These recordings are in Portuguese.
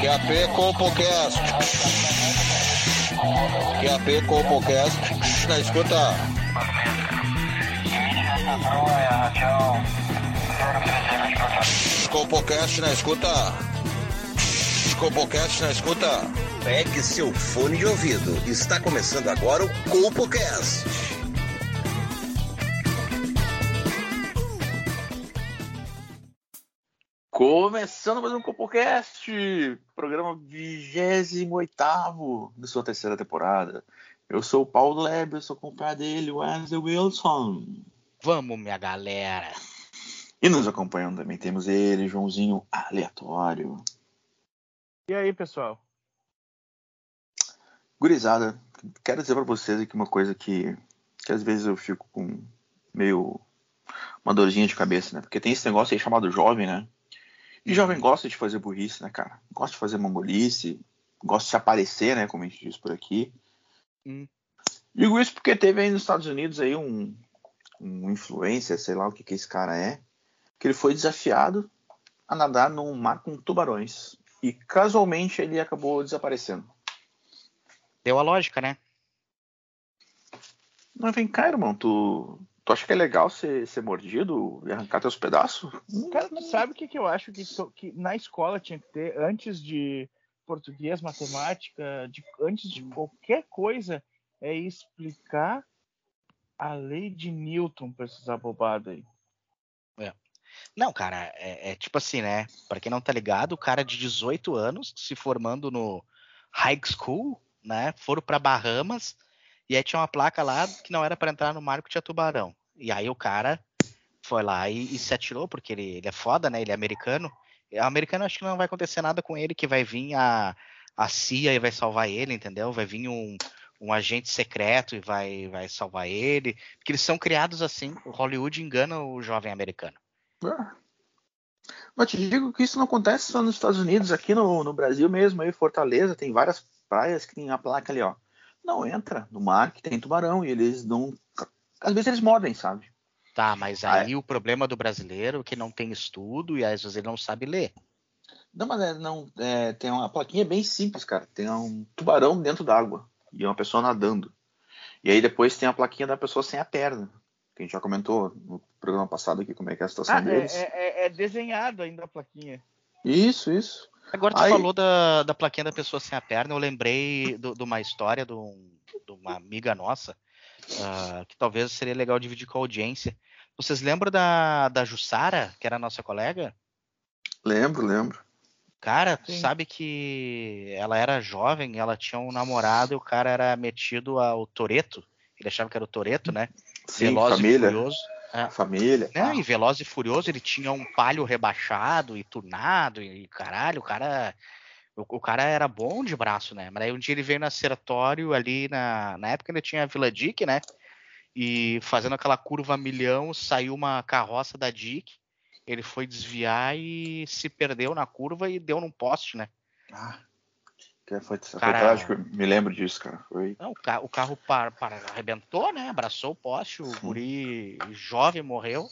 QAP Compocast. QAP Compocast. Na escuta. Compocast na escuta. Compocast na escuta. Pegue seu fone de ouvido. Está começando agora o Compocast. Começando mais um Copocast, programa 28 da sua terceira temporada. Eu sou o Paulo Leb, eu sou o compadre dele, Wesley Wilson. Vamos, minha galera. E nos acompanhando também temos ele, Joãozinho Aleatório. E aí, pessoal? Gurizada, quero dizer para vocês aqui uma coisa que, que às vezes eu fico com meio uma dorzinha de cabeça, né? Porque tem esse negócio aí chamado jovem, né? E jovem gosta de fazer burrice, né, cara? Gosta de fazer mongolice, gosta de se aparecer, né, como a gente diz por aqui. Hum. Digo isso porque teve aí nos Estados Unidos aí um, um influencer, sei lá o que que esse cara é, que ele foi desafiado a nadar num mar com tubarões. E casualmente ele acabou desaparecendo. Deu a lógica, né? Mas vem cá, irmão, tu, tu acha que é legal ser, ser mordido e arrancar teus pedaços? Hum, Cara, tu sabe o que, que eu acho que, to- que na escola tinha que ter antes de português, matemática, de- antes de qualquer coisa, é explicar a lei de Newton pra esses abobados aí. Não, cara, é, é tipo assim, né? Pra quem não tá ligado, o cara de 18 anos, se formando no high school, né? Foram pra Bahamas e aí tinha uma placa lá que não era pra entrar no mar que tinha tubarão. E aí o cara foi lá e, e se atirou, porque ele, ele é foda, né? Ele é americano. E O americano acho que não vai acontecer nada com ele, que vai vir a, a CIA e vai salvar ele, entendeu? Vai vir um, um agente secreto e vai, vai salvar ele. Porque eles são criados assim. O Hollywood engana o jovem americano. Ah. Mas te digo que isso não acontece só nos Estados Unidos, aqui no, no Brasil mesmo, aí Fortaleza tem várias praias que tem a placa ali, ó. Não entra no mar que tem tubarão e eles não. Às vezes eles mordem, sabe? Tá, mas Ah, é. aí o problema do brasileiro é que não tem estudo e às vezes ele não sabe ler. Não, mas é, não, é, tem uma plaquinha bem simples, cara. Tem um tubarão dentro d'água e uma pessoa nadando. E aí depois tem a plaquinha da pessoa sem a perna, que a gente já comentou no programa passado aqui como é que é a situação Ah, é, deles. é- é- é desenhado ainda a plaquinha. Isso, isso. Agora tu Aí- falou da, da plaquinha da pessoa sem a perna, eu lembrei do- de uma história de, um- de uma amiga nossa, ah, que talvez seria legal dividir com a audiência. Vocês lembram da, da Jussara, que era a nossa colega? Lembro, lembro. Cara, tu Sim. sabe que ela era jovem, ela tinha um namorado e o cara era metido ao Toreto. Ele achava que era o Toreto, né? Sim, Veloz e família. furioso. Família. né? E Veloz e Furioso, ele tinha um palho rebaixado e tunado, e caralho, o cara. O, o cara era bom de braço, né? Mas aí um dia ele veio no acertório ali na. Na época ele tinha a Vila Dick, né? E fazendo aquela curva a milhão, saiu uma carroça da Dick. Ele foi desviar e se perdeu na curva e deu num poste, né? Ah, que foi, foi Cara- trágico, eu me lembro disso, cara. Foi. Não, o, ca- o carro par- par- arrebentou, né? Abraçou o poste, o guri jovem morreu.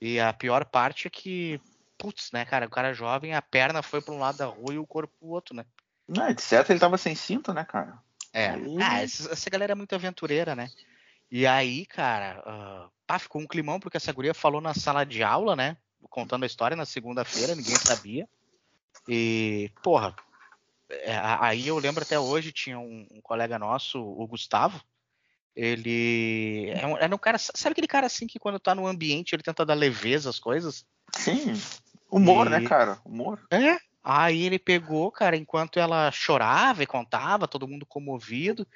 E a pior parte é que, putz, né, cara? O cara jovem, a perna foi para um lado da rua e o corpo pro outro, né? Não, etc, ele tava sem cinto, né, cara? É. Aí- Ah, essa, essa galera é muito aventureira, né? E aí, cara, ah, pá, ficou um climão porque essa guria falou na sala de aula, né? Contando a história na segunda-feira, ninguém sabia. E, porra, é, a- aí eu lembro até hoje, tinha um, um colega nosso, o Gustavo. Ele é um, era um cara, sabe aquele cara assim que quando tá no ambiente ele tenta dar leveza às coisas? Sim. Humor, E- né, cara? Humor. É. Aí ele pegou, cara, enquanto ela chorava e contava, todo mundo comovido,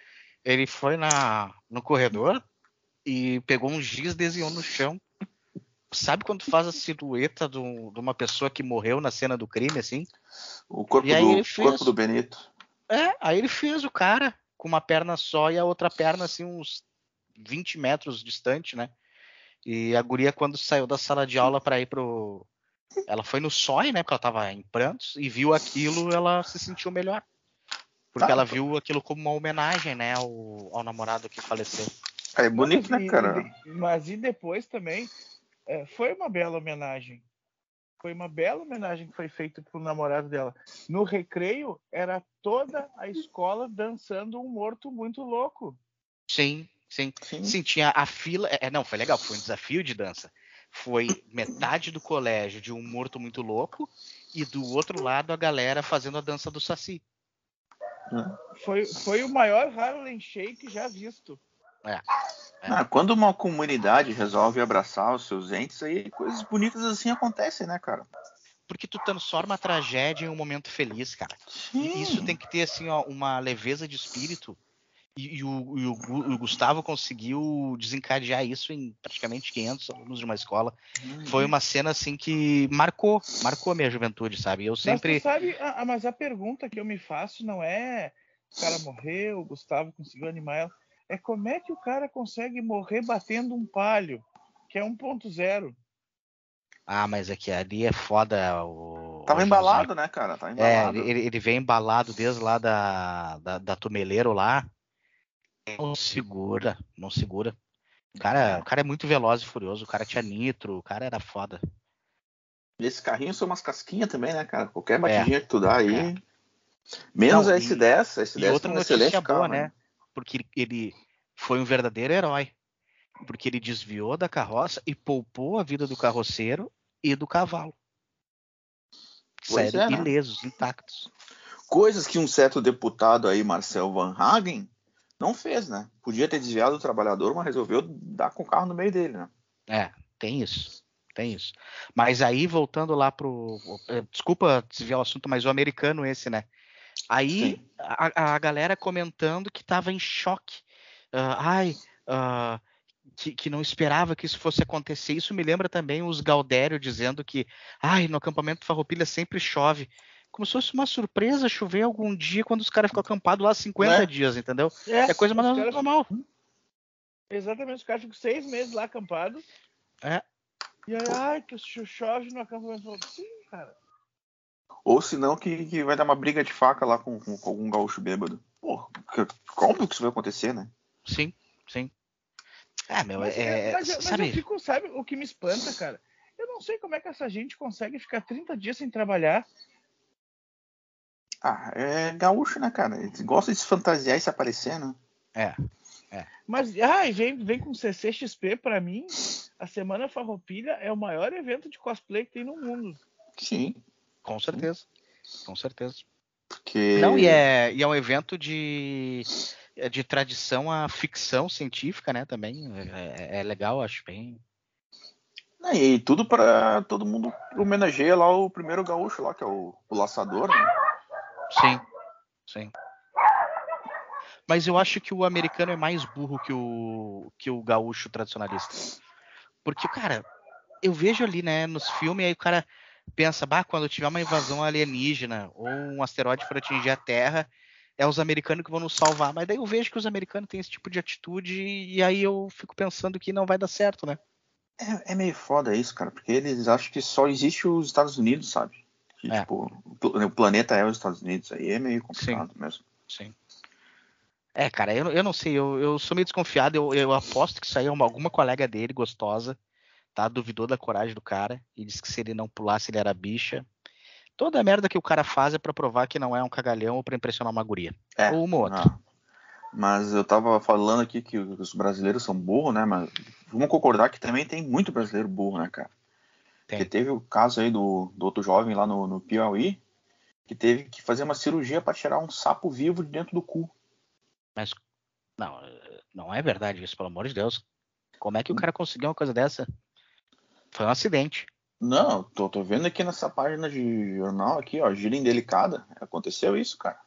ele foi na, no corredor e pegou um giz, desenhou no chão. Sabe quando tu faz a silhueta de, um- de uma pessoa que morreu na cena do crime, assim? O corpo, E aí ele do, fez- corpo do Benito. É, aí ele fez o cara com uma perna só e a outra perna, assim, uns 20 metros distante, né? E a guria, quando saiu da sala de aula pra ir pro. Ela foi no SOI, né? Porque ela tava em prantos e viu aquilo, ela se sentiu melhor. Porque Ah, ela pô. viu aquilo como uma homenagem, né? Ao, ao namorado que faleceu. Cara, é bonito, Mas né, e- cara? e- Mas e depois também, é, foi uma bela homenagem. Foi uma bela homenagem que foi feita pro namorado dela. No recreio, era toda a escola dançando um morto muito louco. Sim, sim. Sim. Sim, tinha a fila. É, não, foi legal, foi um desafio de dança. Foi metade do colégio de um morto muito louco e do outro lado a galera fazendo a dança do Saci. Foi, foi o maior Harlem Shake já visto. Ah, quando uma comunidade resolve abraçar os seus entes, aí coisas bonitas assim acontecem, né, cara? Porque tu transforma a tragédia em um momento feliz, cara. E Isso tem que ter, assim, ó, uma leveza de espírito. E, e o, e o Gu- o Gustavo conseguiu desencadear isso em praticamente 500 alunos de uma escola. Foi uma cena, assim, que marcou, marcou a minha juventude, sabe? Eu Mas sempre. tu sabe, a, a- mas a pergunta que eu me faço não é o cara morreu, o Gustavo conseguiu animar ela. É como é que o cara consegue morrer batendo um palho, que é 1.0. Ah, mas aqui ali é foda. O... Tava o embalado, né, cara? Tava É, embalado. ele, ele vem embalado desde lá da, da, da Tumeleiro lá. Não segura, não segura. O cara, o cara é muito veloz e furioso, o cara tinha nitro, o cara era foda. Esse carrinho são umas casquinhas também, né, cara? Qualquer batidinha que tu dá aí. É. Menos Não, a e- S10. A S10 E outra é um notícia excelente boa, carro, né? Porque ele foi um verdadeiro herói. Porque ele desviou da carroça e poupou a vida do carroceiro e do cavalo. Que Pois saíram é, né? ilesos, intactos. Coisas que um certo deputado aí, Marcel Van Hagen, não fez, né? Podia ter desviado o trabalhador, mas resolveu dar com o carro no meio dele, né? É, tem isso. Tem isso. Mas aí, voltando lá pro. eh, Desculpa desviar o assunto, mas o americano esse, né? Aí a, a galera comentando que tava em choque. Ah, ai, ah, que, que não esperava que isso fosse acontecer. Isso me lembra também os Gaudério dizendo que, ai, no acampamento Farroupilha sempre chove. Como se fosse uma surpresa chover algum dia quando os caras ficam acampados lá 50 Né? dias, entendeu? É coisa os mais caras- normal. Exatamente, os caras ficam seis meses lá acampados. É. E aí, ai, que cho- chove no acampamento. Eu falo, Sim, cara. Ou senão que, que vai dar uma briga de faca lá com, com, com algum gaúcho bêbado. Pô, que- óbvio que isso vai acontecer, né? Sim, sim. É, meu, Mas, é, é, mas eu- mas sabe? eu fico, sabe o que me espanta, cara? Eu não sei como é que essa gente consegue ficar 30 dias sem trabalhar. Ah, é gaúcho, né, cara? Eles gostam de se fantasiar e se aparecer, né? É, Mas, ai, vem, vem com CCXP pra mim. A Semana Farroupilha é o maior evento de cosplay que tem no mundo. Sim. Com certeza. Com certeza. Porque. Não, e é, e é um evento de, é de tradição à ficção científica, né? Também é, é- é legal, acho bem. Não, E tudo pra todo mundo homenageia lá o primeiro gaúcho lá, que é o, o laçador, né? Sim, sim. Mas eu acho que o americano é mais burro que o, que o gaúcho tradicionalista. Porque, cara, eu vejo ali, né, nos filmes, aí o cara pensa, bah, quando tiver uma invasão alienígena ou um asteroide for atingir a Terra, é os americanos que vão nos salvar. Mas daí eu vejo que os americanos têm esse tipo de atitude e aí eu fico pensando que não vai dar certo, né? É, é meio foda isso, cara, porque eles acham que só existe os Estados Unidos, sabe? Que, É. tipo, o pl- o planeta é os Estados Unidos, aí é meio complicado mesmo. Sim. É, cara, eu, eu não sei, eu, eu sou meio desconfiado, eu, eu aposto que isso aí é uma- alguma colega dele, gostosa, tá? Duvidou da coragem do cara e disse que se ele não pulasse, ele era bicha. Toda a merda que o cara faz é pra provar que não é um cagalhão ou pra impressionar uma guria. É, Ou uma ou outra. Ah, mas eu tava falando aqui que os brasileiros são burros, né? Mas vamos concordar que também tem muito brasileiro burro, né, cara? Tem. Porque teve o caso aí do, do outro jovem lá no, no Piauí, que teve que fazer uma cirurgia pra tirar um sapo vivo de dentro do cu. Mas não, eh, não é verdade isso, pelo amor de Deus. Como é que o cara conseguiu uma coisa dessa? Foi um acidente. Não, tô, tô vendo aqui nessa página de jornal aqui, ó, gira indelicada. Aconteceu isso, cara.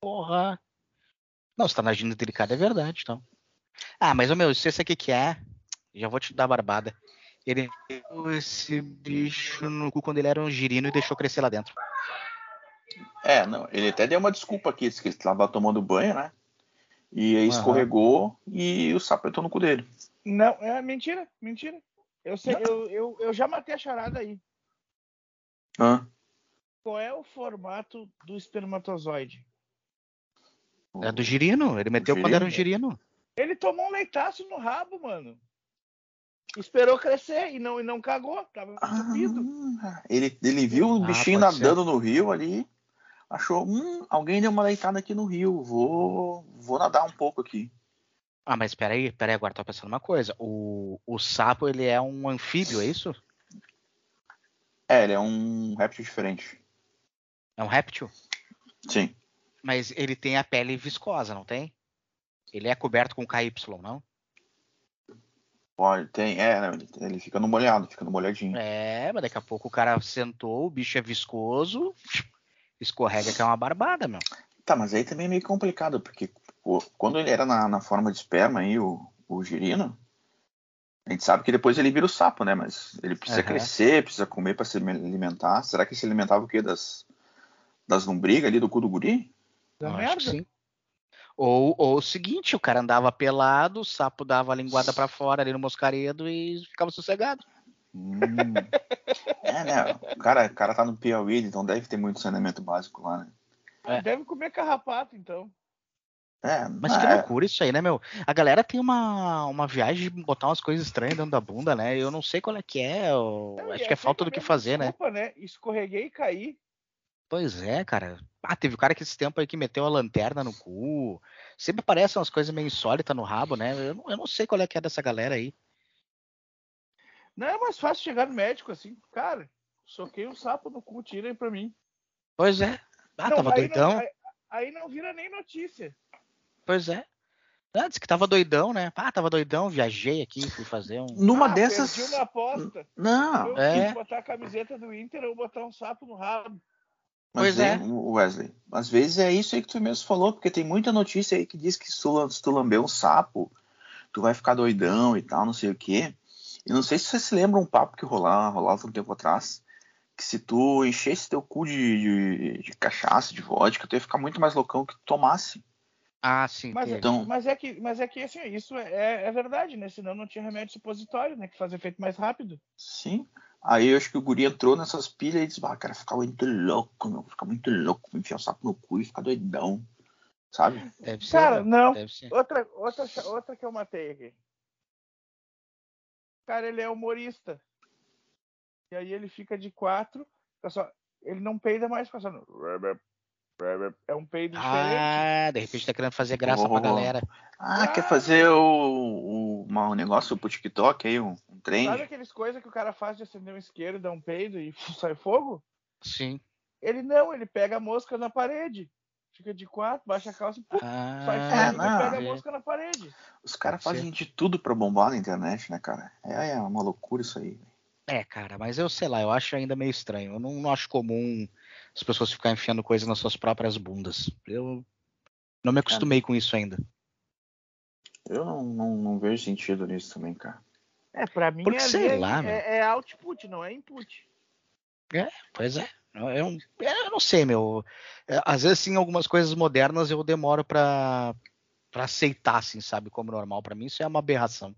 Porra. Não, se tá na agenda delicada é verdade, então. Ah, mas, ô meu, se esse aqui que é, já vou te dar a barbada. Ele meteu esse bicho no cu quando ele era um girino e deixou crescer lá dentro. É, não, ele até deu uma desculpa aqui, disse que ele tava tomando banho, né? E aí Aham. escorregou e o sapo entrou no cu dele. Não, é mentira, mentira. Eu, sei, eu, eu, eu já matei a charada aí. Hã? Qual é o formato do espermatozoide? É do girino, ele meteu quando era um girino. Ele tomou um leitaço no rabo, mano. Esperou crescer e não, e não cagou. Tava entupido. Ah, ele, ele viu o Ah, bichinho pode ser. nadando no rio ali, achou, hum, alguém deu uma deitada aqui no rio, vou, vou nadar um pouco aqui. Ah, mas peraí, peraí, agora tô pensando uma coisa. O, o sapo, ele é um anfíbio, é isso? É, ele é um réptil diferente. É um réptil? Sim. Mas ele tem a pele viscosa, não tem? Ele é coberto com KY, não? Pode, tem, é, né, ele, ele fica no molhado, fica no molhadinho. É, mas daqui a pouco o cara sentou, o bicho é viscoso, escorrega que é uma barbada, meu. Tá, mas aí também é meio complicado, porque pô, quando ele era na, na forma de esperma aí, o, o girino, a gente sabe que depois ele vira o sapo, né? Mas ele precisa Aham. crescer, precisa comer pra se alimentar. Será que ele se alimentava o quê? Das, das lombrigas ali do cu do guri? Da Eu acho merda. que sim. Ou, ou o seguinte, o cara andava pelado, o sapo dava a linguada pra fora ali no moscaredo e ficava sossegado. Hum. é, né? O cara, o cara tá no Piauí, então deve ter muito saneamento básico lá, né? É. Deve comer carrapato, então. É, Mas ah, que é. loucura isso aí, né, meu? A galera tem uma, uma viagem de botar umas coisas estranhas dentro da bunda, né? Eu não sei qual é que é, eu Não, e acho que é essa falta aí do que também é fazer, né? desculpa, né? Escorreguei e caí. Pois é, cara. Ah, teve o cara que esse tempo aí que meteu a lanterna no cu. Sempre aparecem umas coisas meio insólitas no rabo, né? Eu não, eu não sei qual é que é dessa galera aí. Não é mais fácil chegar no médico assim, cara. Soquei um sapo no cu, tirem pra mim. Pois é. Ah, Não, tava aí não- doidão. aí- aí não vira nem notícia. Pois é. Antes que tava doidão, né? Ah, tava doidão, viajei aqui, fui fazer um. é. Numa Ah, dessas. Ah, Perdi uma aposta. Não, eu é. quis botar a camiseta do Inter ou botar um sapo no rabo. Pois Mas é. é, Wesley, às vezes é isso aí que tu mesmo falou, porque tem muita notícia aí que diz que se tu lan- se tu lamber um sapo, tu vai ficar doidão e tal, não sei o quê. E não sei se você se lembra um papo que rolava, rolava um tempo atrás, que se tu enchesse teu cu de, de- de cachaça, de vodka, tu ia ficar muito mais loucão que tu tomasse. Ah, sim. Mas, teve. Então, mas é que, mas é que assim, isso é, é verdade, né? Senão não tinha remédio supositório, né? Que faz efeito mais rápido. sim. Aí eu acho que o guri entrou nessas pilhas e disse, ah, cara, ficar muito louco, meu, ficar muito louco, vou enfiar o sapo no cu e ficar doidão, sabe? Deve ser. Cara, né? não. Deve ser. Outra, outra, outra que eu matei aqui. Cara, ele é humorista. E aí ele fica de quatro. fica só- ele não peida mais, fica só. no- É um peido diferente. Ah, de repente tá querendo fazer graça Oh. pra galera. Ah, Ah. quer fazer o, o- uma- um negócio pro TikTok aí, um, um Sabe trend? aqueles coisas que o cara faz de acender um isqueiro, dar um peido e sai fogo? Sim. Ele não, ele pega a mosca na parede. Fica de quatro, baixa a calça e pum, sai Ah, É, fogo não, e pega a é. mosca na parede. Os caras Pode fazem de tudo pra bombar na internet, né, cara? É, é uma loucura isso aí. É, cara, mas eu sei lá, eu acho ainda meio estranho. Eu não, não acho comum as pessoas ficarem enfiando coisas nas suas próprias bundas. Eu não me acostumei com isso ainda. Eu não, não- não vejo sentido nisso também, cara. É, pra mim Porque ali sei é, lá, meu. é- é output, não é input. Pois é. Eu, eu- eu não sei, meu. É, Às vezes, sim, algumas coisas modernas eu demoro pra, pra aceitar, assim, sabe, como normal. Pra mim, isso é uma aberração.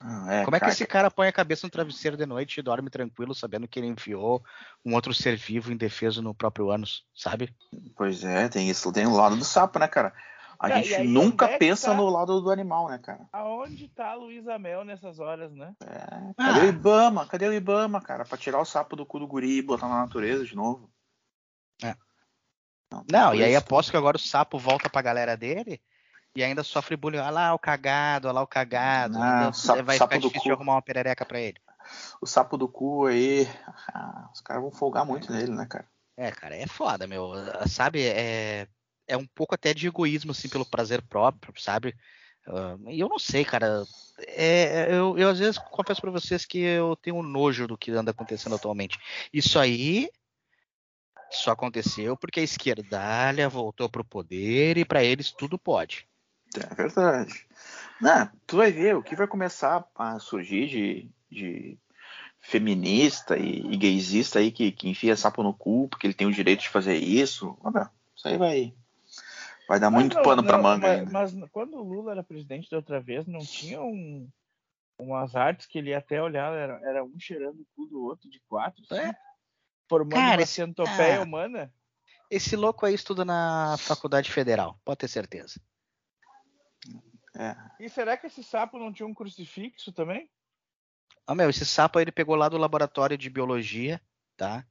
Ah, é, Como é que cara, esse cara põe a cabeça no travesseiro de noite e dorme tranquilo, sabendo que ele enviou um outro ser vivo indefeso no próprio ânus, sabe? Pois é, tem isso, tem o lado do sapo, né, cara? A Tá, e gente aí, nunca onde é que pensa tá? no lado do animal, né, cara? Aonde tá a Luísa Mel nessas horas, né? É, Ah. Cadê o Ibama? Cadê o Ibama, cara? Pra tirar o sapo do cu do guri e botar na natureza de novo. É. tem Não, e aí coisa- aposto que agora o sapo volta pra galera dele e ainda sofre bullying. Olha lá o cagado, olha lá o cagado. Ah, entendeu? sapo- Vai sapo ficar do difícil de cu. arrumar uma perereca pra ele. O sapo do cu aí. ah, os caras vão folgar muito nele, né, cara? É, cara, é foda, meu. Sabe, é, é um pouco até de egoísmo, assim, pelo prazer próprio, sabe? Ah, E eu não sei, cara. É, eu, eu às vezes confesso pra vocês que eu tenho nojo do que anda acontecendo atualmente. Isso aí só aconteceu porque a esquerdalha voltou pro poder e pra eles tudo pode. É verdade. Não, tu vai ver o que vai começar a surgir de, de feminista e, e gaysista aí que, que enfia sapo no cu porque ele tem o direito de fazer isso. Ah, meu, isso aí vai, vai dar Tá Mas muito não- pano pra não, manga mas, ainda. mas quando o Lula era presidente da outra vez, não tinha um, umas artes que ele ia até olhar, era, era um cheirando o cu do outro de quatro, assim, É. formando Cara, uma esse- centopeia ah. humana. Esse louco aí estuda na faculdade federal, pode ter certeza. É. E será que esse sapo não tinha um crucifixo também? Ah, meu, esse sapo aí, ele pegou lá do laboratório de biologia, tá?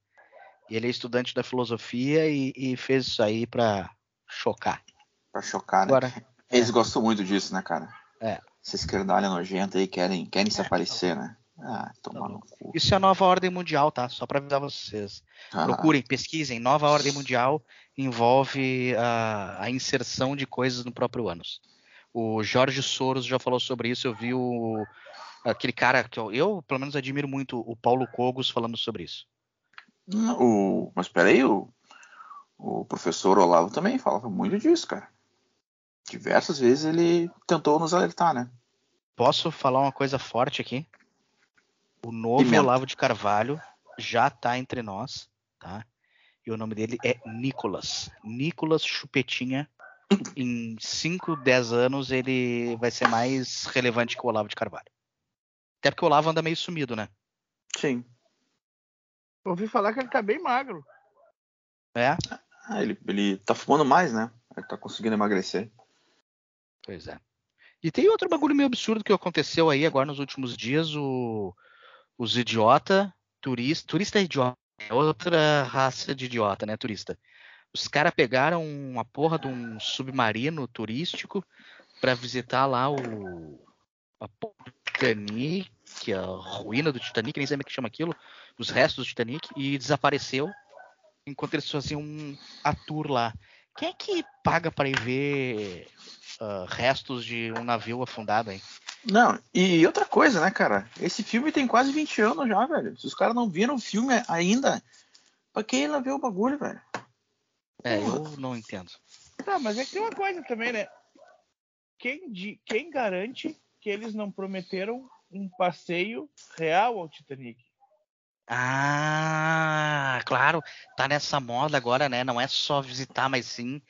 E ele é estudante da filosofia e, e fez isso aí pra chocar. Pra chocar, né? Agora, Eles gostam muito disso, né, cara? É. Esses esquerdalha nojenta aí querem, querem se aparecer, né? Ah, Tá tomar no cu. isso é a nova ordem mundial, tá? Só pra avisar vocês. Ah, Procurem, pesquisem. Nova ordem mundial envolve a, a inserção de coisas no próprio ânus. O Jorge Soros já falou sobre isso. Eu vi o, aquele cara que eu, eu, pelo menos, admiro muito, o Paulo Cogos, falando sobre isso. Hum, O, mas peraí, o, o professor Olavo também falava muito disso, cara. Diversas vezes ele tentou nos alertar, né? Posso falar uma coisa forte aqui? O novo Pimenta. Olavo de Carvalho já tá entre nós, tá? E o nome dele é Nicolas. Nicolas Chupetinha. Em 5, 10 anos ele vai ser mais relevante que o Olavo de Carvalho. Até porque o Olavo anda meio sumido, né? Sim. Ouvi falar que ele tá bem magro. É? Ah, ele, ele tá fumando mais, né? Ele tá conseguindo emagrecer. Pois é. E tem outro bagulho meio absurdo que aconteceu aí agora nos últimos dias, o- os idiota, turista, turista é idiota, é outra raça de idiota, né, turista. Os caras pegaram uma porra de um submarino turístico para visitar lá o a porra do Titanic, a ruína do Titanic, nem sei como é que chama aquilo, os restos do Titanic e desapareceu enquanto eles faziam um a tour lá. Quem é que paga para ir ver ah, restos de um navio afundado, hein? Não, e outra coisa, né, cara? Esse filme tem quase 20 anos já, velho. Se os caras não viram o filme ainda, pra quem ainda vê o bagulho, velho? É, eu não entendo. Tá, mas é que tem uma coisa também, né? Quem, di- quem garante que eles não prometeram um passeio real ao Titanic? Ah, claro, tá nessa moda agora, né? Não é só visitar, mas sim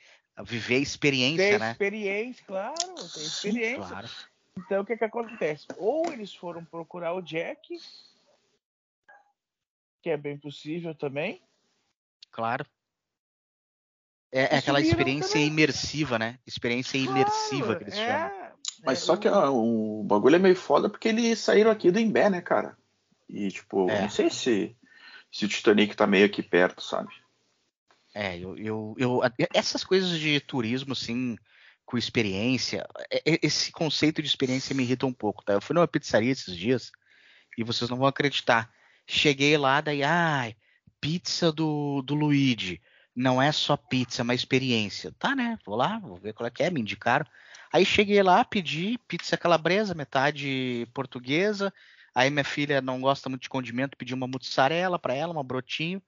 viver a Tem experiência, né? experiência, claro, tem experiência. Claro. Então o que que acontece? Ou eles foram procurar o Jack, que é bem possível também. Claro. É, é E aquela sumiram experiência também. imersiva, né? Experiência imersiva que eles é, chamam. Mas é, só que ó, o bagulho é meio foda porque eles saíram aqui do Imbé, né, cara? E, tipo, É. não sei se, se o Titanic tá meio aqui perto, sabe? É, eu, eu, eu- essas coisas de turismo, assim, com experiência, é- é- esse conceito de experiência me irrita um pouco, tá? Eu fui numa pizzaria esses dias e vocês não vão acreditar. Cheguei lá, daí, ai, pizza do, do Luigi. Não é só pizza, mas experiência. Tá, né? Vou lá, vou ver qual é que é, me indicaram. Aí cheguei lá, pedi pizza calabresa, metade portuguesa. Aí minha filha não gosta muito de condimento, pedi uma mussarela pra ela, uma brotinho.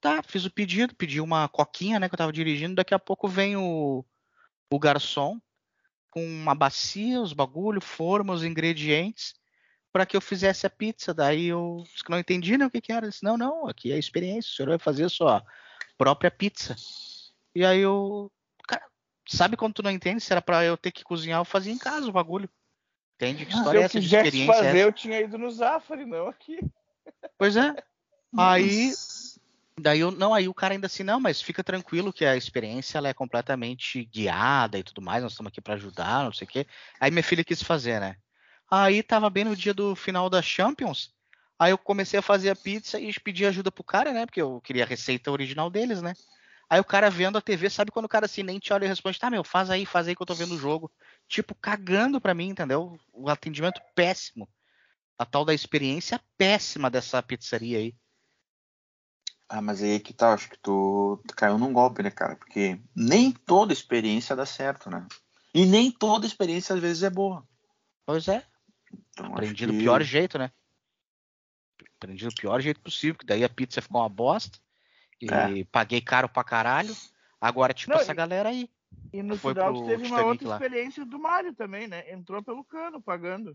Tá, fiz o pedido, pedi uma coquinha, né, que eu tava dirigindo. Daqui a pouco vem o, o garçom com uma bacia, os bagulho, forma, os ingredientes, para que eu fizesse a pizza. Daí eu disse que não entendi, né, o que que era. Eu disse, não, não, aqui é experiência, o senhor vai fazer a sua própria pizza. E aí eu, cara, sabe quando tu não entende? Se era pra eu ter que cozinhar, eu fazia em casa o bagulho. Entende? Que Ah, Se história é eu essa de quisesse experiência? é fazer, essa? eu tinha ido no Zafari, não aqui. Pois é. Aí Mas- Daí eu, não, aí o cara ainda assim, não, mas fica tranquilo que a experiência ela é completamente guiada e tudo mais, nós estamos aqui para ajudar, não sei o quê. Aí minha filha quis fazer, né? Aí tava bem no dia do final da Champions, aí eu comecei a fazer a pizza e pedi ajuda pro cara, né? Porque eu queria a receita original deles, né? Aí o cara vendo a TV, sabe quando o cara assim nem te olha e responde, tá, meu, faz aí, faz aí que eu tô vendo o jogo. Tipo, cagando pra mim, entendeu? O atendimento péssimo. A tal da experiência péssima dessa pizzaria aí. Ah, mas aí que tá, acho que tu tu caiu num golpe, né, cara? Porque nem toda experiência dá certo, né? E nem toda experiência às vezes é boa. Pois é. Então, acho Aprendi do que- pior jeito, né? Aprendi do pior jeito possível, que daí a pizza ficou uma bosta. E É. paguei caro pra caralho. Agora, tipo, Não, essa e- galera aí. E no Foi final pro teve uma Titanic outra lá. experiência do Mário também, né? Entrou pelo cano pagando.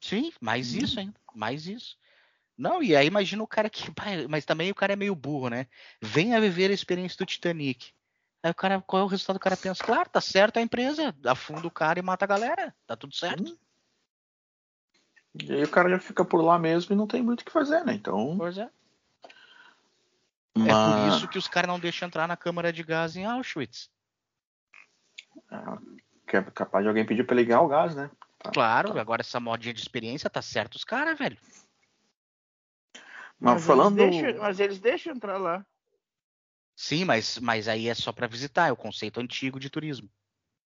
Sim, mais Uhum. isso ainda. Mais isso. Não, e aí imagina o cara que. pai, Mas também o cara é meio burro, né? Venha viver a experiência do Titanic. Aí o cara, qual é o resultado? O cara pensa, claro, tá certo a empresa, afunda o cara e mata a galera, tá tudo certo. Uhum. E aí o cara já fica por lá mesmo e não tem muito o que fazer, né? Então. Pois é. É por mas- isso que os caras não deixam entrar na câmara de gás em Auschwitz. Que é capaz de alguém pedir pra ligar o gás, né? Claro, agora essa modinha de experiência tá certo os caras, velho. Mas, falando. Eles deixam, mas eles deixam entrar lá. Sim, mas, mas aí é só pra visitar, é o conceito antigo de turismo.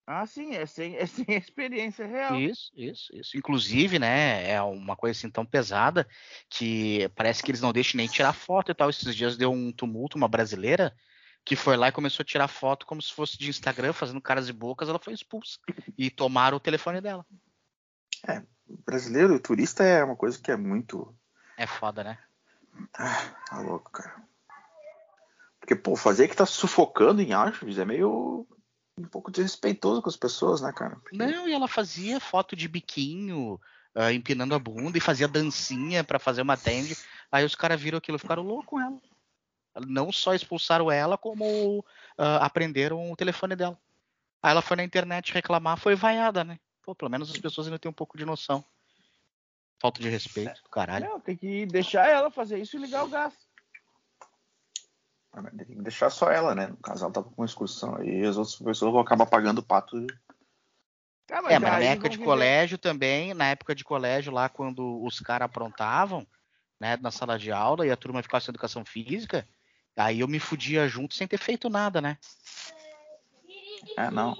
Ah, sim, é sem, é sem experiência real. Isso, isso, isso. Inclusive, né, é uma coisa assim tão pesada que parece que eles não deixam nem tirar foto e tal. Esses dias deu um tumulto, uma brasileira que foi lá e começou a tirar foto como se fosse de Instagram, fazendo caras e bocas, ela foi expulsa. E tomaram o telefone dela. Brasileiro, turista é uma coisa que é muito. É foda, né? Ah, tá louco, cara. Porque, pô, fazer que tá sufocando em árvores é meio. um pouco desrespeitoso com as pessoas, né, cara? Porque- Não, e ela fazia foto de biquinho, ah, empinando a bunda e fazia dancinha pra fazer uma tende. Aí os caras viram aquilo e ficaram loucos com ela. Não só expulsaram ela, como ah, aprenderam o telefone dela. Aí ela foi na internet reclamar, foi vaiada, né? Pô, pelo menos as pessoas ainda têm um pouco de noção. Falta de respeito, caralho. Não, tem que deixar ela fazer isso e ligar o gás. Ah, mas Tem que deixar só ela, né? No caso, ela tá com uma excursão. Aí as outras pessoas vão acabar pagando o pato. Ah, É, mas na aí época vão de viver- colégio também, na época de colégio lá, quando os caras aprontavam, né, na sala de aula e a turma ficava sem educação física, aí eu me fudia junto sem ter feito nada, né? É, não.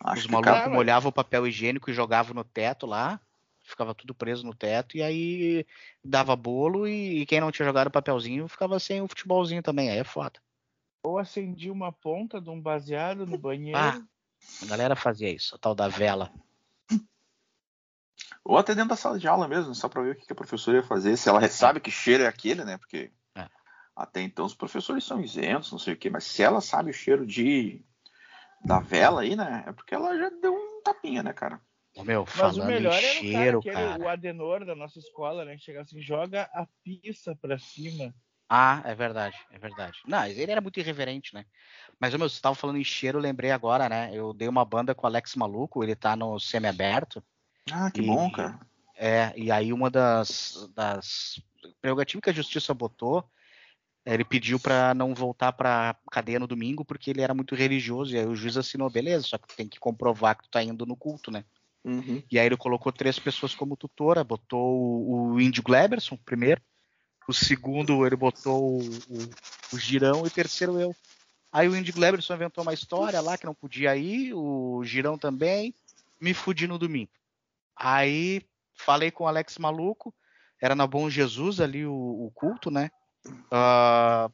Acho Os que malucos cara, mas- molhavam o papel higiênico e jogavam no teto lá, ficava tudo preso no teto, e aí dava bolo e, e quem não tinha jogado o papelzinho ficava sem o futebolzinho também, aí é foda. Ou acendi uma ponta de um baseado no banheiro. Ah, a galera fazia isso, a tal da vela. Ou até dentro da sala de aula mesmo, só pra ver o que que a professora ia fazer, se ela sabe que cheiro é aquele, né? Porque É. até então os professores são isentos, não sei o quê, mas se ela sabe o cheiro de da vela aí, né? É porque ela já deu um tapinha, né, cara? Ô, Meu, Mas o falando em melhor era o cara, cheiro, aquele, cara. o Adenor da nossa escola, né? Que chegava assim, joga a pizza pra cima. Ah, é verdade, é verdade. Não, ele era muito irreverente, né? Mas, ô, meu, você estava falando em cheiro, eu lembrei agora, né? Eu dei uma banda com o Alex Maluco, ele tá no semi-aberto. Ah, que E- bom, cara. É, e aí uma das, das prerrogativas que a justiça botou, ele pediu para não voltar para cadeia no domingo porque ele era muito religioso. E aí o juiz assinou, beleza, só que tu tem que comprovar que tu tá indo no culto, né? Uhum. E aí ele colocou três pessoas como tutora, botou o, o Índio Gleberson primeiro, o segundo ele botou o, o- o Girão e o terceiro eu. Aí o Índio Gleberson inventou uma história lá que não podia ir, o Girão também, me fudi no domingo. Aí falei com o Alex Maluco, era na Bom Jesus ali o, o culto, né? Ah,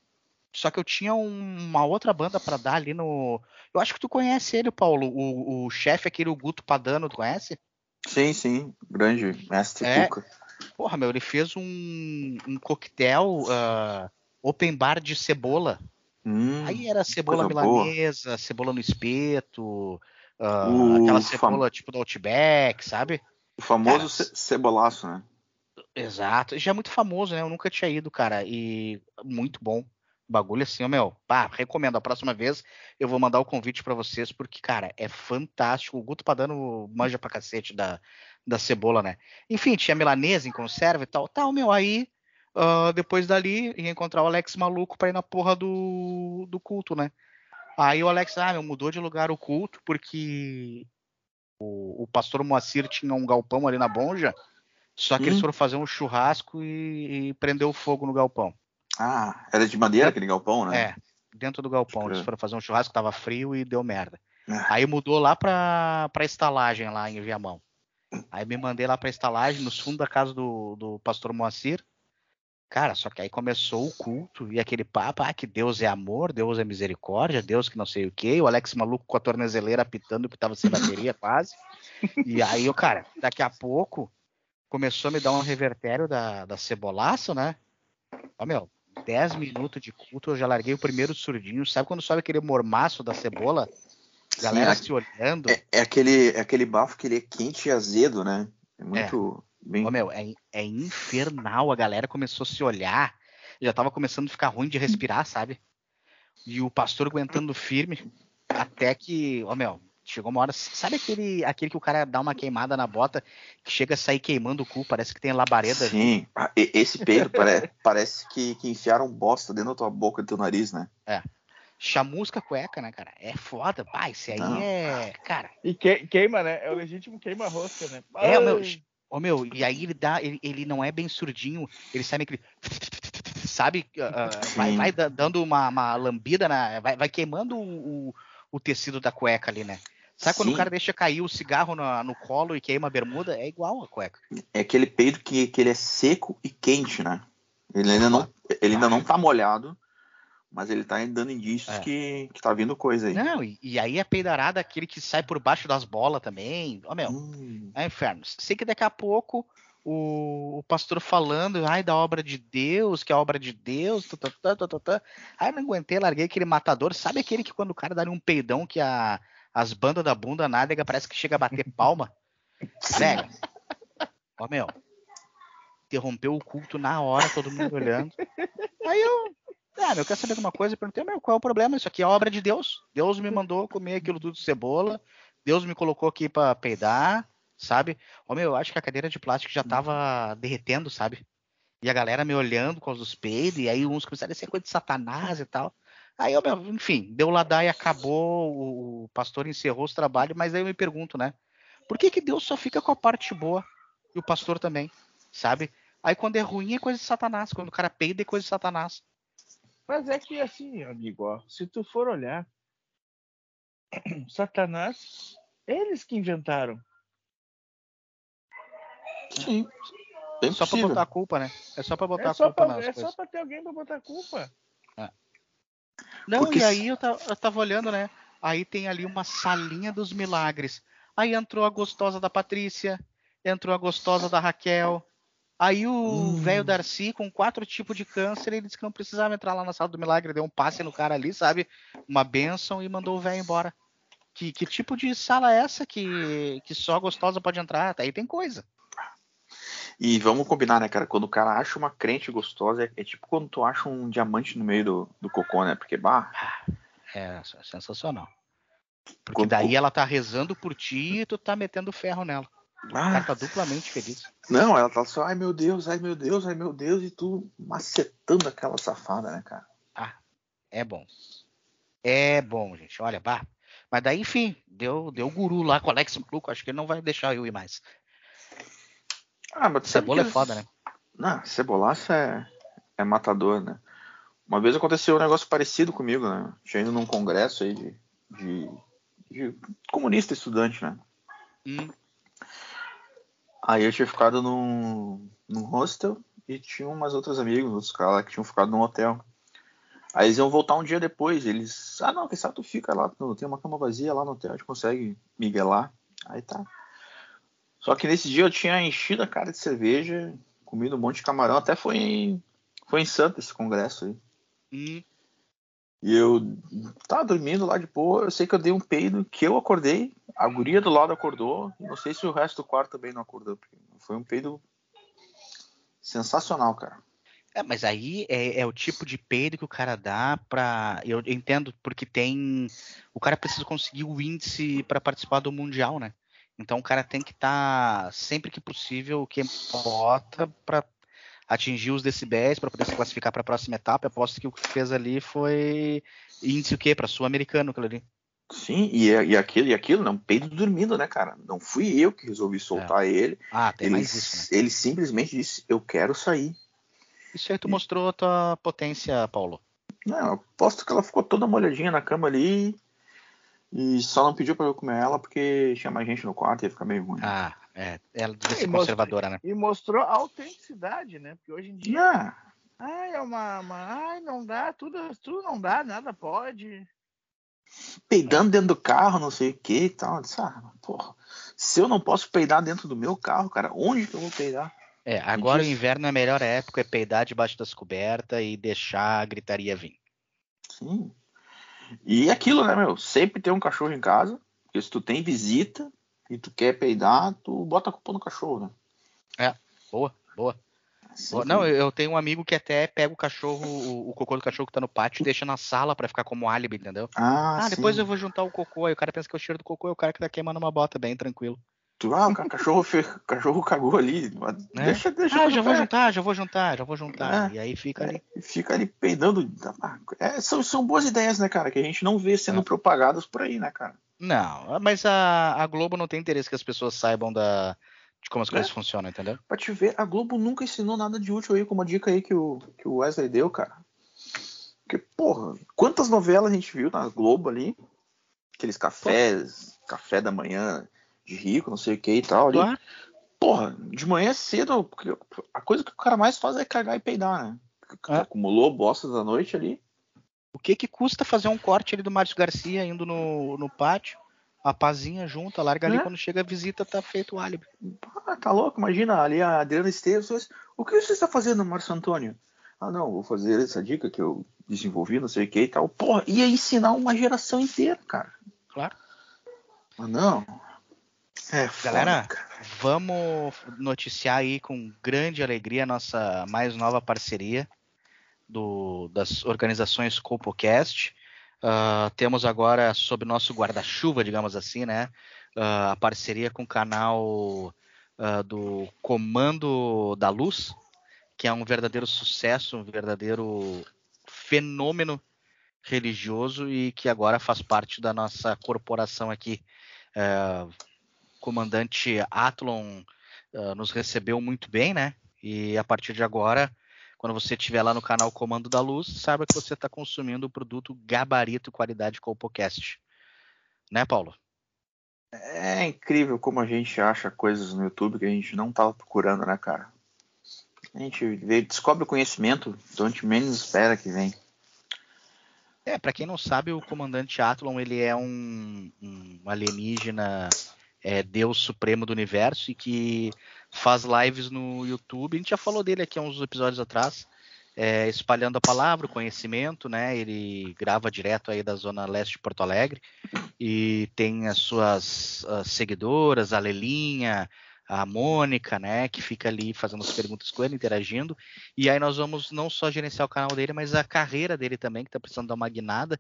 só que eu tinha um- uma outra banda pra dar ali no. Eu acho que tu conhece ele, Paulo, o, o chefe aquele, o Guto Padano, tu conhece? Sim, sim. Grande mestre É. Cuca. Porra, meu, ele fez um, um coquetel ah, open bar de cebola. Hum, Aí era cebola coisa boa. milanesa, cebola no espeto, ah, O aquela fam- cebola tipo do Outback, sabe? o famoso cara, ce- cebolaço, né? Exato. Já é muito famoso, né? Eu nunca tinha ido, cara. E muito bom. Bagulho assim, ó, meu. Pá, recomendo. A próxima vez eu vou mandar o convite pra vocês, porque, cara, é fantástico. O Guto Padano manja pra cacete da, da cebola, né? Enfim, tinha milanesa em conserva e tal. Tal, meu. Aí, ah, depois dali, ia encontrar o Alex maluco pra ir na porra do, do culto, né? Aí o Alex, ah, meu, mudou de lugar o culto, porque o, o pastor Moacir tinha um galpão ali na Bonja. Só que eles Hum. foram fazer um churrasco e, e prendeu fogo no galpão. Ah, era de madeira aquele galpão, né? É, dentro do galpão. Pode Eles crer. foram fazer um churrasco, tava frio e deu merda. Ah. Aí mudou lá pra, pra estalagem lá em Viamão. Aí me mandei lá pra estalagem, nos fundos da casa do, do pastor Moacir. Cara, só que aí começou o culto e aquele papo, ah, que Deus é amor, Deus é misericórdia, Deus que não sei o quê. O Alex maluco com a tornezeleira apitando que tava sem bateria quase. E aí, eu, cara, daqui a pouco começou a me dar um revertério da, da cebolaço, né? Ó, meu, 10 minutos de culto, eu já larguei o primeiro surdinho. Sabe quando sobe aquele mormaço da cebola? Galera Sim, se olhando. é, é aquele, é aquele bafo que ele é quente e azedo, né? É muito bem Ô, meu, é, é infernal. A galera começou a se olhar. Já tava começando a ficar ruim de respirar, sabe? E o pastor aguentando firme. Até que, ó, meu, chegou uma hora. Sabe aquele, aquele que o cara dá uma queimada na bota, que chega a sair queimando o cu? Parece que tem labareda. Sim, Ah, e- um esse peido pare- parece que, que enfiaram bosta dentro da tua boca e do teu nariz, né? chamusca cueca, né, cara? É foda, pai. Isso aí Não. é. Cara, E que- queima, né? É o legítimo queima-rosca, né? É, o meu- Ai, ô meu, e aí ele dá. Ele, ele não é bem surdinho, ele sai meio que. Sabe? ah, ah, vai, Sim. vai da- dando uma, uma lambida, na, vai, vai queimando o, o- o tecido da cueca ali, né? Sabe quando Sim. o cara deixa cair o cigarro na- no, colo e queima a bermuda? É igual a cueca. É aquele peido que, que ele é seco e quente, né? Ele ainda não, ele ainda não tá molhado, mas ele tá dando indícios É. que, que tá vindo coisa aí. Não, e, e aí é peidarada aquele que sai por baixo das bolas também. Ó, meu, Hum, É inferno. Sei que daqui a pouco o, o pastor falando, ai, da obra de Deus, que é a obra de Deus, tá, tá, tá, tá, tá, tá. aí não aguentei, larguei aquele matador. Sabe aquele que quando o cara dá um peidão que a- as bandas da bunda nádega parece que chega a bater palma? Velho. Ó, meu. Interrompeu o culto na hora, todo mundo olhando. Aí eu. Ah, meu, quer saber de uma coisa? Eu perguntei, meu, qual é o problema? Isso aqui é obra de Deus. Deus me mandou comer aquilo tudo de cebola. Deus me colocou aqui pra peidar, sabe? Ó, meu, eu acho que a cadeira de plástico já tava derretendo, sabe? E a galera me olhando com os peidos, e aí uns começaram a ser coisa de satanás e tal. Aí, ó, meu, enfim, deu ladar e acabou, o, o pastor encerrou os trabalhos, mas aí eu me pergunto, né? Por que, que Deus só fica com a parte boa e o pastor também, sabe? Aí quando é ruim é coisa de Satanás, quando o cara peida é coisa de Satanás. Mas é que assim, amigo, ó, se tu for olhar, Satanás, eles que inventaram. Sim. Bem só pra possível. botar a culpa, né? É só pra botar é a só, culpa pra, nas é coisas. só pra ter alguém pra botar culpa. Não, Porque e se- aí eu ta- eu tava, olhando, né? Aí tem ali uma salinha dos milagres. Aí entrou a gostosa da Patrícia, entrou a gostosa da Raquel. Aí o Hum. velho Darcy, com quatro tipos de câncer, ele disse que não precisava entrar lá na sala do milagre, deu um passe no cara ali, sabe? Uma bênção e mandou o velho embora. Que, que tipo de sala é essa que, que só a gostosa pode entrar? Aí tem coisa. E vamos combinar, né, cara? Quando o cara acha uma crente gostosa, é, é tipo quando tu acha um diamante no meio do, do cocô, né? Porque, bah, É sensacional. Porque Quando- daí ela tá rezando por ti e tu tá metendo ferro nela. O bah, cara tá duplamente feliz. Não, ela tá só, ai meu Deus, ai meu Deus, ai meu Deus, e tu macetando aquela safada, né, cara? Ah, é bom. É bom, gente. Olha, bah. Mas daí, enfim, deu, deu guru lá com o Alex Maluco. Acho que ele não vai deixar eu ir mais. Ah, mas tu sabe Cebola é que- foda, né? Não, cebolaça é, é matador, né? Uma vez aconteceu um negócio parecido comigo, né? Tinha ido num congresso aí de, de, de comunista estudante, né? Hum. Aí eu tinha ficado num, num hostel e tinha umas outras amigos, outros caras lá que tinham ficado num hotel. Aí eles iam voltar um dia depois. Eles, ah não, quem sabe tu fica lá, tu- tem uma cama vazia lá no hotel, a gente consegue miguelar. Aí tá. Só que nesse dia eu tinha enchido a cara de cerveja, comido um monte de camarão, até foi em, foi em Santa esse congresso aí. Hum. E eu tava dormindo lá de boa, eu sei que eu dei um peido, que eu acordei, a guria do lado acordou, não sei se o resto do quarto também não acordou, porque foi um peido sensacional, cara. É, mas aí é, é o tipo de peido que o cara dá pra. Eu entendo, porque tem. O cara precisa conseguir o índice pra participar do Mundial, né? Então o cara tem que estar sempre que possível que bota pra atingir os decibéis pra poder se classificar pra próxima etapa. Eu aposto que o que fez ali foi índice o quê? Pra sul-americano, aquilo ali. Sim, e, é- e aquilo, e aquilo, né? Um peido dormindo, né, cara? Não fui eu que resolvi soltar ele. Ah, tem Ele, mais isso, né? ele simplesmente disse, eu quero sair. Isso aí tu mostrou a tua potência, Paulo. Não, eu aposto que ela ficou toda molhadinha na cama ali e só não pediu pra eu comer ela porque tinha mais gente no quarto e ia ficar meio ruim. Ah, é. Ela devia Ai, ser moço. conservadora, né? E mostrou a autenticidade, né? Porque hoje em dia, Ah, ai, é uma, uma- ai, não dá, tudo, tudo não dá, nada pode. peidando dentro do carro, não sei o que e tal. Eu disse, ah, porra, se eu não posso peidar dentro do meu carro, cara, onde que eu vou peidar? É, agora o diz- inverno é a melhor época, é peidar debaixo das cobertas e deixar a gritaria vir. Sim. E aquilo, né, meu? Sempre tem um cachorro em casa, porque se tu tem visita e tu quer peidar, tu bota a culpa no cachorro, né? É, Boa, boa. boa. Sempre. Não, eu eu tenho um amigo que até pega o cachorro, o, o cocô do cachorro que tá no pátio e deixa na sala pra ficar como álibi, entendeu? Ah, Ah, depois sim. eu vou juntar o cocô, aí o cara pensa que é o cheiro do cocô, é o cara que tá queimando uma bota bem tranquilo. Tu, ah, o ca- cachorro, fe- o cachorro cagou ali. Né? Deixa, deixa. Ah, pra já vou lá. jantar, já vou jantar, já vou jantar. É. E aí fica ali. E fica ali peidando. Ah, é, são, são boas ideias, né, cara? Que a gente não vê É. sendo propagadas por aí, né, cara? Não, mas a, a Globo não tem interesse que as pessoas saibam da, de como as coisas funcionam, entendeu? Pra te ver, a Globo nunca ensinou nada de útil aí, como a dica aí que o, que o Wesley deu, cara. Porque, porra, quantas novelas a gente viu na Globo ali? Aqueles cafés, café da manhã de rico, não sei o que e tal. Ali. Claro. Porra, de manhã cedo, a coisa que o cara mais faz é cagar e peidar, né? É. Acumulou bosta da noite ali. O que que custa fazer um corte ali do Márcio Garcia indo no, no pátio? A pazinha junta, larga ali, É. quando chega a visita, tá feito o álibi. Ah, tá louco, imagina ali a Adriana Esteves. falou assim, O que você está fazendo, Márcio Antônio? Ah, não, vou fazer essa dica que eu desenvolvi, não sei o que e tal. Porra, ia ensinar uma geração inteira, cara. Claro. Mas não. É, foda, Galera. cara. Vamos noticiar aí com grande alegria a nossa mais nova parceria do- das organizações Copocast. Ah, temos agora, sob nosso guarda-chuva, digamos assim, né? ah, a parceria com o canal ah, do Comando da Luz, que é um verdadeiro sucesso, um verdadeiro fenômeno religioso e que agora faz parte da nossa corporação aqui. Ah, comandante Atlon ah, nos recebeu muito bem, né? E a partir de agora, quando você estiver lá no canal Comando da Luz, saiba que você está consumindo o produto Gabarito Qualidade Copocast. Né, Paulo? É incrível como a gente acha coisas no YouTube que a gente não tava procurando, né, cara? A gente vê- descobre o conhecimento de onde menos espera que vem. É, para quem não sabe, o comandante Atlon ele é um, um alienígena, é, Deus supremo do universo e que faz lives no YouTube. A gente já falou dele aqui há uns episódios atrás, é, espalhando a palavra, o conhecimento, né? Ele grava direto aí da zona leste de Porto Alegre e tem as suas ah, seguidoras, a Lelinha, a Mônica, né? Que fica ali fazendo as perguntas com ele, interagindo. E aí nós vamos não só gerenciar o canal dele, mas a carreira dele também, que tá precisando dar uma guinada.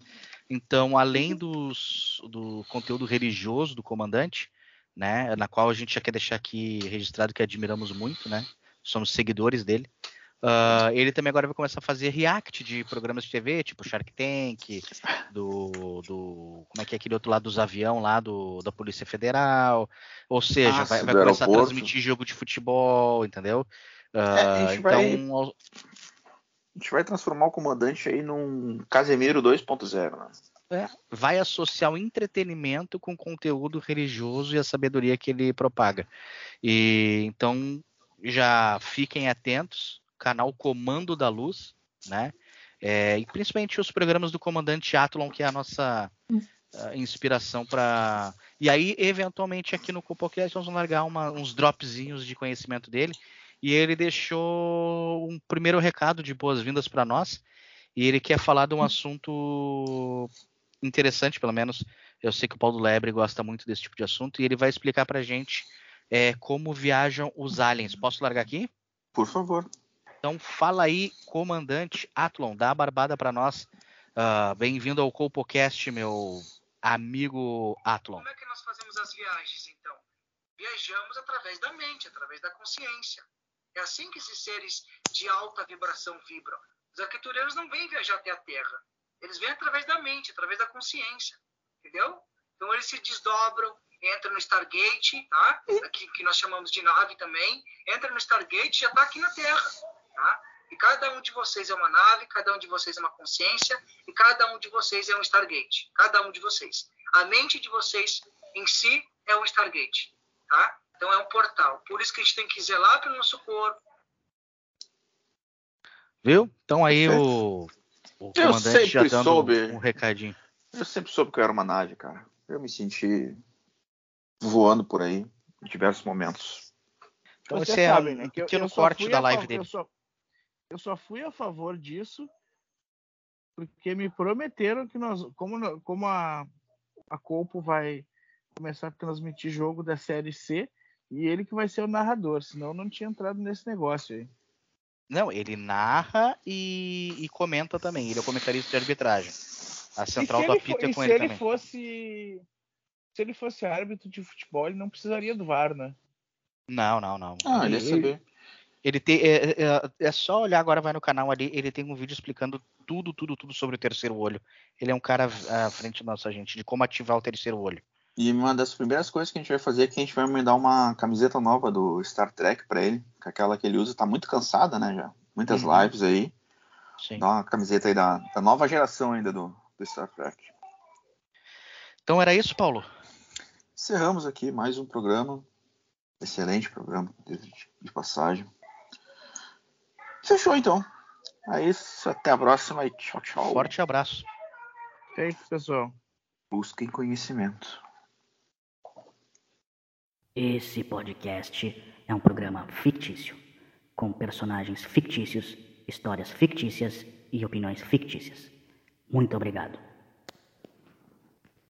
Então, Uhum. além dos- do conteúdo religioso do comandante, né, na qual a gente já quer deixar aqui registrado que admiramos muito, né? Somos seguidores dele. ah, ele também agora vai começar a fazer react de programas de TV, tipo Shark Tank, do, do como é que é aquele outro lado dos avião lá do, da Polícia Federal, ou seja, Ah, vai, sim, vai do começar a aeroporto. transmitir jogo de futebol, entendeu? É, a gente Ah, vai- Então, aos- A gente vai transformar o comandante aí num Casemiro 2.0, né? É. vai associar o entretenimento com o conteúdo religioso e a sabedoria que ele propaga. E então já fiquem atentos, canal Comando da Luz, né? É, e principalmente os programas do comandante Atlon, que é a nossa ah, inspiração para. E aí, eventualmente, aqui no Cupocast, nós vamos largar uma- uns dropzinhos de conhecimento dele. E ele deixou um primeiro recado de boas-vindas para nós. E ele quer falar de um assunto interessante, pelo menos eu sei que o Paulo Lebre gosta muito desse tipo de assunto, e ele vai explicar pra gente é, como viajam os aliens. Posso largar aqui? Por favor. Então fala aí, comandante Atlon, dá a barbada pra nós. Ah, Bem-vindo ao Copocast, meu amigo Atlon. Como é que nós fazemos as viagens, então? Viajamos através da mente, através da consciência. É assim que esses seres de alta vibração vibram. Os arquiturianos não vêm viajar até a Terra. Eles vêm através da mente, através da consciência. Entendeu? Então eles se desdobram, entram no Stargate, tá? que, que nós chamamos de nave também. Entra no Stargate e já está aqui na Terra. Tá? E cada um de vocês é uma nave, cada um de vocês é uma consciência, e cada um de vocês é um Stargate. Cada um de vocês. A mente de vocês em si é um Stargate, tá? Então é um portal. Por isso que a gente tem que zelar pelo nosso corpo. Viu? Então aí o, o Eu comandante já sempre dando soube. um recadinho. Eu sempre soube que eu era uma nave, cara. Eu me senti voando por aí em diversos momentos. Então Vocês esse é sabem, um né, que eu- pequeno eu só corte fui da a live fa- dele. Eu só, eu só fui a favor disso porque me prometeram que nós, como, no- como a, a Copo vai começar a transmitir jogo da Série C e ele que vai ser o narrador, senão eu não tinha entrado nesse negócio aí. Não, ele narra e, e comenta também. Ele é o comentarista de arbitragem. A E se central do ele fo- apita é e com se ele ele também. fosse se ele fosse árbitro de futebol, ele não precisaria do VAR, né? Não, não, não. Ah, ele ia E- saber. Ele tem. É, é- é só olhar agora, vai no canal ali, ele tem um vídeo explicando tudo, tudo, tudo sobre o terceiro olho. Ele é um cara à frente do nosso agente, de como ativar o terceiro olho. E uma das primeiras coisas que a gente vai fazer é que a gente vai mandar uma camiseta nova do Star Trek pra ele, que aquela que ele usa tá muito cansada, né, já. Muitas Uhum. lives aí. Sim. Dá uma camiseta aí da, da nova geração ainda do, do Star Trek. Então era isso, Paulo? Encerramos aqui mais um programa. Excelente programa, de, de passagem. Fechou então. É isso. Até a próxima e tchau, tchau. Forte abraço. É isso, pessoal. Busquem conhecimento. Esse podcast é um programa fictício, com personagens fictícios, histórias fictícias e opiniões fictícias. Muito obrigado.